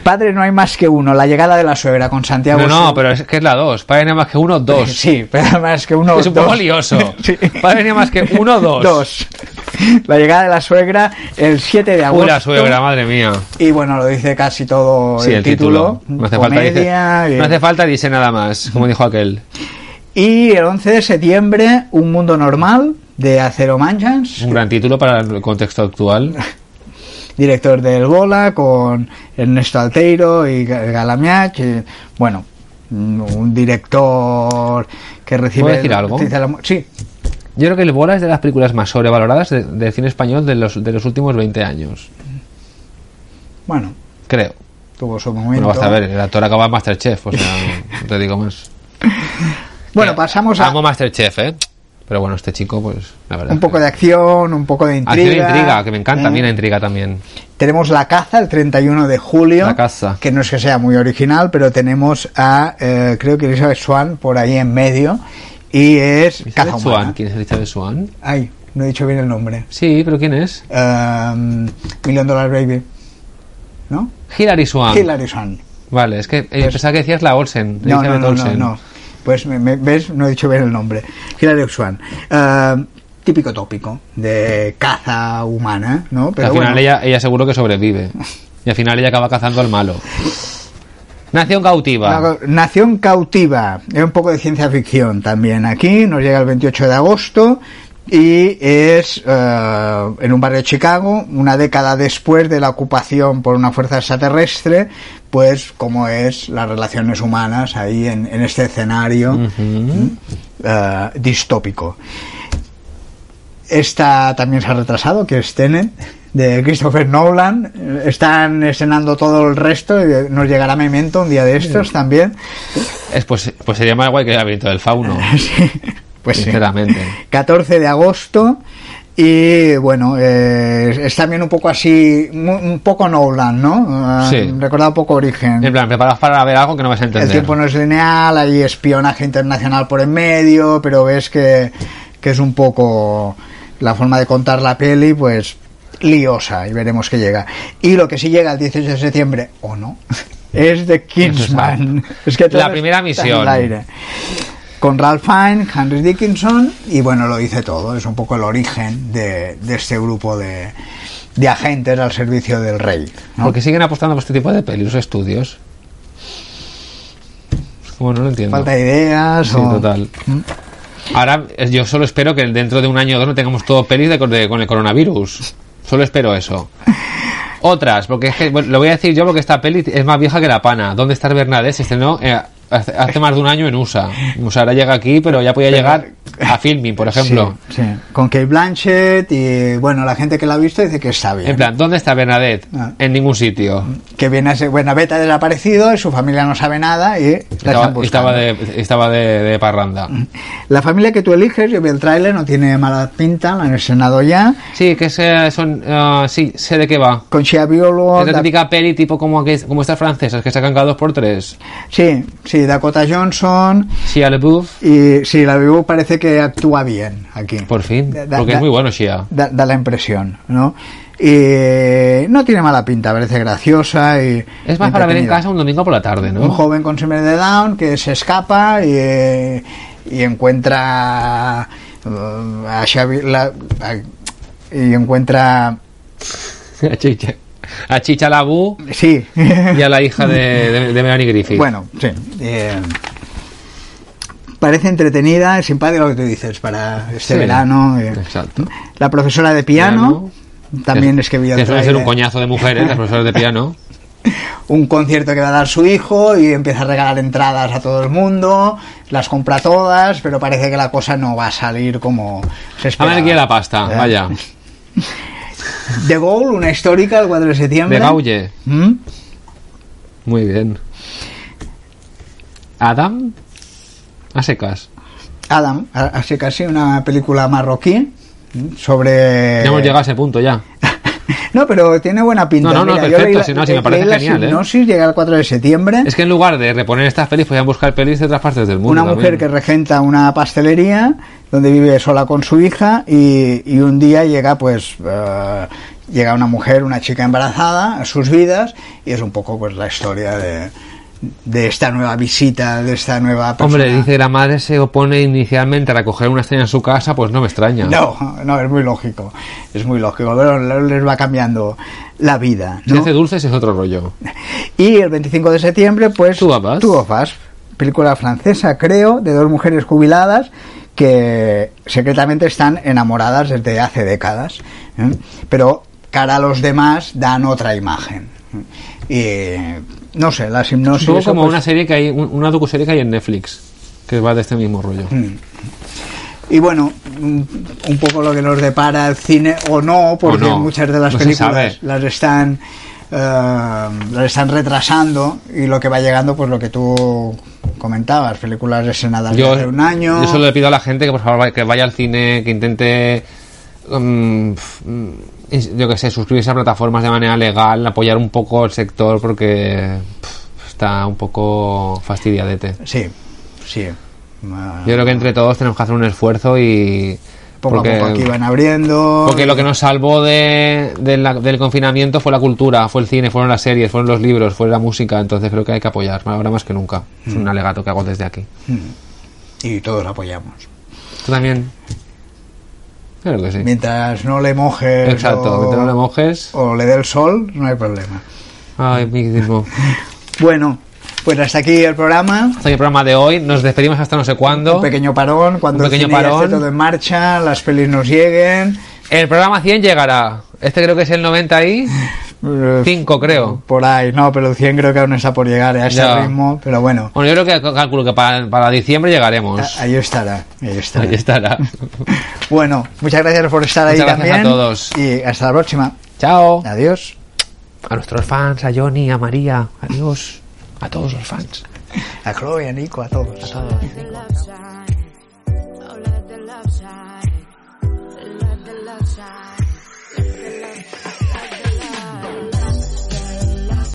[SPEAKER 1] Padre, no hay más que uno, la llegada de la suegra con Santiago.
[SPEAKER 2] No, no,
[SPEAKER 1] Segura.
[SPEAKER 2] pero es que es la 2. Padre nada más que uno, dos.
[SPEAKER 1] Sí, pero más que uno.
[SPEAKER 2] es un poco
[SPEAKER 1] dos.
[SPEAKER 2] lioso.
[SPEAKER 1] Sí.
[SPEAKER 2] Padre nada más que uno, dos.
[SPEAKER 1] Dos. La llegada de la suegra el 7 de agosto.
[SPEAKER 2] Uy, la suegra, madre mía.
[SPEAKER 1] Y bueno, lo dice casi todo
[SPEAKER 2] Sí,
[SPEAKER 1] el,
[SPEAKER 2] el título. No hace, falta, dice,
[SPEAKER 1] comedia, eh,
[SPEAKER 2] no hace falta dice nada más, como dijo aquel.
[SPEAKER 1] Y el 11 de septiembre, Un Mundo Normal, de Acero Manchans,
[SPEAKER 2] Un gran título para el contexto actual.
[SPEAKER 1] director del Bola, con Ernesto Alteiro y Ga- Galamiach. eh, Bueno, mm, un director que recibe...
[SPEAKER 2] ¿Puedo decir algo?
[SPEAKER 1] dice la mu- Sí,
[SPEAKER 2] Yo creo que el Bola es de las películas más sobrevaloradas de- del cine español de los, de los últimos 20 años.
[SPEAKER 1] bueno,
[SPEAKER 2] Creo.
[SPEAKER 1] tuvo su momento.
[SPEAKER 2] Bueno, vas a ver, el actor acaba en Masterchef, o sea, no te digo más.
[SPEAKER 1] Bueno, pasamos a
[SPEAKER 2] Amo Masterchef, ¿eh? Pero bueno, este chico, pues, la verdad.
[SPEAKER 1] un poco de acción, un poco de intriga.
[SPEAKER 2] Acción e intriga, que me encanta a mí
[SPEAKER 1] eh.
[SPEAKER 2] la intriga también.
[SPEAKER 1] Tenemos La Caza el 31 de julio.
[SPEAKER 2] La Caza.
[SPEAKER 1] Que no es que sea muy original, pero tenemos a, eh, creo que Elizabeth Swan por ahí en medio. Y es Caza
[SPEAKER 2] ¿Elizabeth
[SPEAKER 1] Humana.
[SPEAKER 2] Swan? ¿Quién es Elizabeth Swan?
[SPEAKER 1] Ay, no he dicho bien el nombre.
[SPEAKER 2] Sí, pero ¿quién es?
[SPEAKER 1] Um, Million Dollar Baby. ¿No?
[SPEAKER 2] Hilary Swan.
[SPEAKER 1] Hilary Swan.
[SPEAKER 2] Vale, es que eh,
[SPEAKER 1] Pues-
[SPEAKER 2] pensaba que decías la Olsen.
[SPEAKER 1] No, no,
[SPEAKER 2] Elizabeth
[SPEAKER 1] no, no,
[SPEAKER 2] Olsen.
[SPEAKER 1] no. Pues, me- me- ¿ves? No he dicho bien el nombre. Hilary Swan. Um, típico tópico de caza humana, ¿no?
[SPEAKER 2] al final
[SPEAKER 1] bueno.
[SPEAKER 2] ella, ella seguro que sobrevive. Y al final ella acaba cazando al malo. Nación cautiva.
[SPEAKER 1] Una- Nación cautiva, es un poco de ciencia ficción también aquí, nos llega el 28 de agosto y es eh, en un barrio de Chicago, una década después de la ocupación por una fuerza extraterrestre, pues como es las relaciones humanas ahí en, en este escenario
[SPEAKER 2] Ujú.
[SPEAKER 1] eh, distópico. Esta también se ha retrasado, que es Tenet, de Christopher Nolan. Eh, Están escenando todo el resto y eh, nos llegará Memento un día de estos también.
[SPEAKER 2] Es, pues, pues sería más guay que el laberinto del fauno.
[SPEAKER 1] Sí, pues sí.
[SPEAKER 2] Sinceramente.
[SPEAKER 1] 14 de agosto. Y bueno, eh, es también un poco así, mu- un poco Nolan, ¿no? Eh,
[SPEAKER 2] Sí.
[SPEAKER 1] Recordado un poco Origen.
[SPEAKER 2] En plan, preparados para ver algo que no vas a entender.
[SPEAKER 1] El tiempo no es lineal, hay espionaje internacional por en medio, pero ves que, que es un poco la forma de contar la peli, pues liosa y veremos que llega. Y lo que sí llega el 18 de septiembre, o no, es de Kingsman. Es que todo
[SPEAKER 2] La
[SPEAKER 1] está
[SPEAKER 2] primera
[SPEAKER 1] en el
[SPEAKER 2] misión.
[SPEAKER 1] aire. Con Ralph Fine, Henry Dickinson, y bueno, lo dice todo, es un poco el origen de, de este grupo de, de agentes al servicio del rey. ¿no?
[SPEAKER 2] Porque siguen apostando por este tipo de pelis, los estudios. Es Como no lo entiendo.
[SPEAKER 1] Falta de ¿Mm? ideas.
[SPEAKER 2] Sí,
[SPEAKER 1] o-
[SPEAKER 2] total. Ahora eh, yo solo espero que dentro de un año o dos no tengamos todo pelis de, de- con el coronavirus. Solo espero eso. Otras, porque es que, bueno, lo voy a decir yo porque esta peli es más vieja que la pana. ¿Dónde está Bernadette? Se estrenó eh, hace, hace más de un año en USA. O sea, ahora llega aquí, pero ya podía llegar a filming, por ejemplo.
[SPEAKER 1] Sí, sí. Con Kate Blanchett y bueno, la gente que la ha visto dice que está bien.
[SPEAKER 2] En plan, ¿dónde está Bernadette?
[SPEAKER 1] Ah. Mm.
[SPEAKER 2] En ningún sitio.
[SPEAKER 1] Que viene a ser, bueno, Beta ha desaparecido y su familia no sabe nada y la están
[SPEAKER 2] Estaba,
[SPEAKER 1] buscando. Mm.
[SPEAKER 2] estaba de, estaba de, de parranda.
[SPEAKER 1] La familia que tú eliges, yo vi el tráiler, no tiene mala pinta, la han estrenado ya.
[SPEAKER 2] Sí, que se- son. ah, sí, sé de qué va.
[SPEAKER 1] Con Shia Biolo,
[SPEAKER 2] Es la
[SPEAKER 1] Da-
[SPEAKER 2] típica peli tipo como, que, como estas francesas que sacan cada dos por tres.
[SPEAKER 1] sí, sí, Dakota Johnson
[SPEAKER 2] Shia LaBeouf,
[SPEAKER 1] y sí, la Bibo parece que actúa bien aquí.
[SPEAKER 2] por fin,
[SPEAKER 1] Da- da-
[SPEAKER 2] porque
[SPEAKER 1] da-
[SPEAKER 2] es muy bueno Shia.
[SPEAKER 1] da, da la impresión, ¿no? Y no tiene mala pinta, parece graciosa y
[SPEAKER 2] Es más para ver en
[SPEAKER 1] entretenida.
[SPEAKER 2] casa un domingo por la tarde,
[SPEAKER 1] un
[SPEAKER 2] ¿no?
[SPEAKER 1] joven con síndrome de Down que se escapa y, eh, y encuentra eh, a Xavi la- a- y encuentra
[SPEAKER 2] A Chicha. A Chicha Labu
[SPEAKER 1] sí
[SPEAKER 2] y a la hija de, de, de Melanie Griffith.
[SPEAKER 1] bueno sí eh, parece entretenida, es simpática lo que tú dices para este
[SPEAKER 2] Sí.
[SPEAKER 1] verano. eh.
[SPEAKER 2] Exacto.
[SPEAKER 1] La profesora de piano, también
[SPEAKER 2] Que-
[SPEAKER 1] es que vi el
[SPEAKER 2] Que suele ser un
[SPEAKER 1] tráiler.
[SPEAKER 2] coñazo de mujeres, las profesoras de piano.
[SPEAKER 1] un concierto que va a dar su hijo y empieza a regalar entradas a todo el mundo, las compra todas, pero parece que la cosa no va a salir como se
[SPEAKER 2] A
[SPEAKER 1] esperaba.
[SPEAKER 2] ver quién la pasta,
[SPEAKER 1] Eh.
[SPEAKER 2] vaya.
[SPEAKER 1] The Goal, una histórica, el 4 de septiembre.
[SPEAKER 2] De Gaulle.
[SPEAKER 1] ¿Mm?
[SPEAKER 2] Muy bien. Adam. A secas.
[SPEAKER 1] Adam, a- así casi una película marroquí ¿m? sobre...
[SPEAKER 2] Ya hemos llegado a ese punto ya.
[SPEAKER 1] ¿eh? No, pero tiene buena pinta.
[SPEAKER 2] No, no, no,
[SPEAKER 1] Mira, yo
[SPEAKER 2] perfecto,
[SPEAKER 1] leí la-
[SPEAKER 2] si no, si me
[SPEAKER 1] leí
[SPEAKER 2] parece
[SPEAKER 1] la
[SPEAKER 2] genial, ¿eh?
[SPEAKER 1] sinopsis, llega el 4 de septiembre.
[SPEAKER 2] Es que en lugar de reponer estas pelis, podían buscar pelis de otras partes del mundo.
[SPEAKER 1] una mujer que
[SPEAKER 2] también.
[SPEAKER 1] regenta una pastelería donde vive sola con su hija y, y un día llega pues eh, llega una mujer una chica embarazada a sus vidas y es un poco pues la historia de, de esta nueva visita de esta nueva persona.
[SPEAKER 2] Hombre, dice que la madre se opone inicialmente a recoger una estrella en su casa, pues no me extraña.
[SPEAKER 1] no no es muy lógico es muy lógico pero les va cambiando la vida
[SPEAKER 2] Si
[SPEAKER 1] ¿no?
[SPEAKER 2] hace dulces es otro rollo.
[SPEAKER 1] Y el 25 de septiembre, pues.
[SPEAKER 2] Two of Us.
[SPEAKER 1] Two of Us, película francesa, creo, de dos mujeres jubiladas que secretamente están enamoradas desde hace décadas. ¿eh? Pero cara a los demás dan otra imagen. Y. No sé, la hipnosis.
[SPEAKER 2] Supongo
[SPEAKER 1] eso,
[SPEAKER 2] como
[SPEAKER 1] pues,
[SPEAKER 2] una serie que hay, un- una docuserie que hay en Netflix, que va de este mismo rollo.
[SPEAKER 1] Y bueno, un un poco lo que nos depara el cine, o no, porque
[SPEAKER 2] O no,
[SPEAKER 1] muchas de las
[SPEAKER 2] no se
[SPEAKER 1] películas
[SPEAKER 2] sabe.
[SPEAKER 1] las están eh, las están retrasando y lo que va llegando, pues lo que tú comentabas, películas estrenadas de hace un año.
[SPEAKER 2] yo solo le pido a la gente que por favor va- que vaya al cine, que intente, mm, f- mm, es- yo que sé, suscribirse a plataformas de manera legal, apoyar un poco el sector porque pf, está un poco fastidiadete.
[SPEAKER 1] Sí, sí. Ah,
[SPEAKER 2] Yo creo que entre todos tenemos que hacer un esfuerzo y
[SPEAKER 1] poco
[SPEAKER 2] porque,
[SPEAKER 1] a poco aquí van abriendo.
[SPEAKER 2] porque lo que nos salvó de, de la- del confinamiento fue la cultura, fue el cine, fueron las series, fueron los libros, fue la música, entonces creo que hay que apoyar, ahora más que nunca. Es
[SPEAKER 1] Mm.
[SPEAKER 2] un alegato que hago desde aquí.
[SPEAKER 1] Y todos apoyamos.
[SPEAKER 2] Tú también. Claro que sí.
[SPEAKER 1] Mientras no le mojes
[SPEAKER 2] Exacto,
[SPEAKER 1] o,
[SPEAKER 2] mientras no le mojes.
[SPEAKER 1] o le dé el sol, no hay problema.
[SPEAKER 2] Ay, mi Dios.
[SPEAKER 1] Bueno, pues hasta aquí el programa.
[SPEAKER 2] Hasta aquí el programa de hoy. Nos despedimos hasta no sé cuándo.
[SPEAKER 1] Un pequeño parón, cuando
[SPEAKER 2] Un pequeño
[SPEAKER 1] el cine ya esté
[SPEAKER 2] parón.
[SPEAKER 1] todo en marcha, las pelis nos lleguen.
[SPEAKER 2] El programa 100 llegará. Este creo que es el 95,
[SPEAKER 1] eh,
[SPEAKER 2] creo.
[SPEAKER 1] Por ahí, no, pero el 100 creo que aún está por llegar eh, a ese
[SPEAKER 2] Ya.
[SPEAKER 1] ritmo, pero bueno,
[SPEAKER 2] Bueno, yo creo que calculo que para, para diciembre
[SPEAKER 1] a-
[SPEAKER 2] llegaremos.
[SPEAKER 1] ahí estará, ahí estará.
[SPEAKER 2] Ahí estará.
[SPEAKER 1] Bueno, muchas gracias por estar ahí
[SPEAKER 2] Muchas gracias
[SPEAKER 1] también.
[SPEAKER 2] a todos.
[SPEAKER 1] Y hasta la próxima.
[SPEAKER 2] Chao.
[SPEAKER 1] Adiós.
[SPEAKER 2] A nuestros fans, a Johnny, a María. Adiós. A todos los fans.
[SPEAKER 1] A Chloe, a Nico, a todos.
[SPEAKER 2] A todos.
[SPEAKER 3] love sign.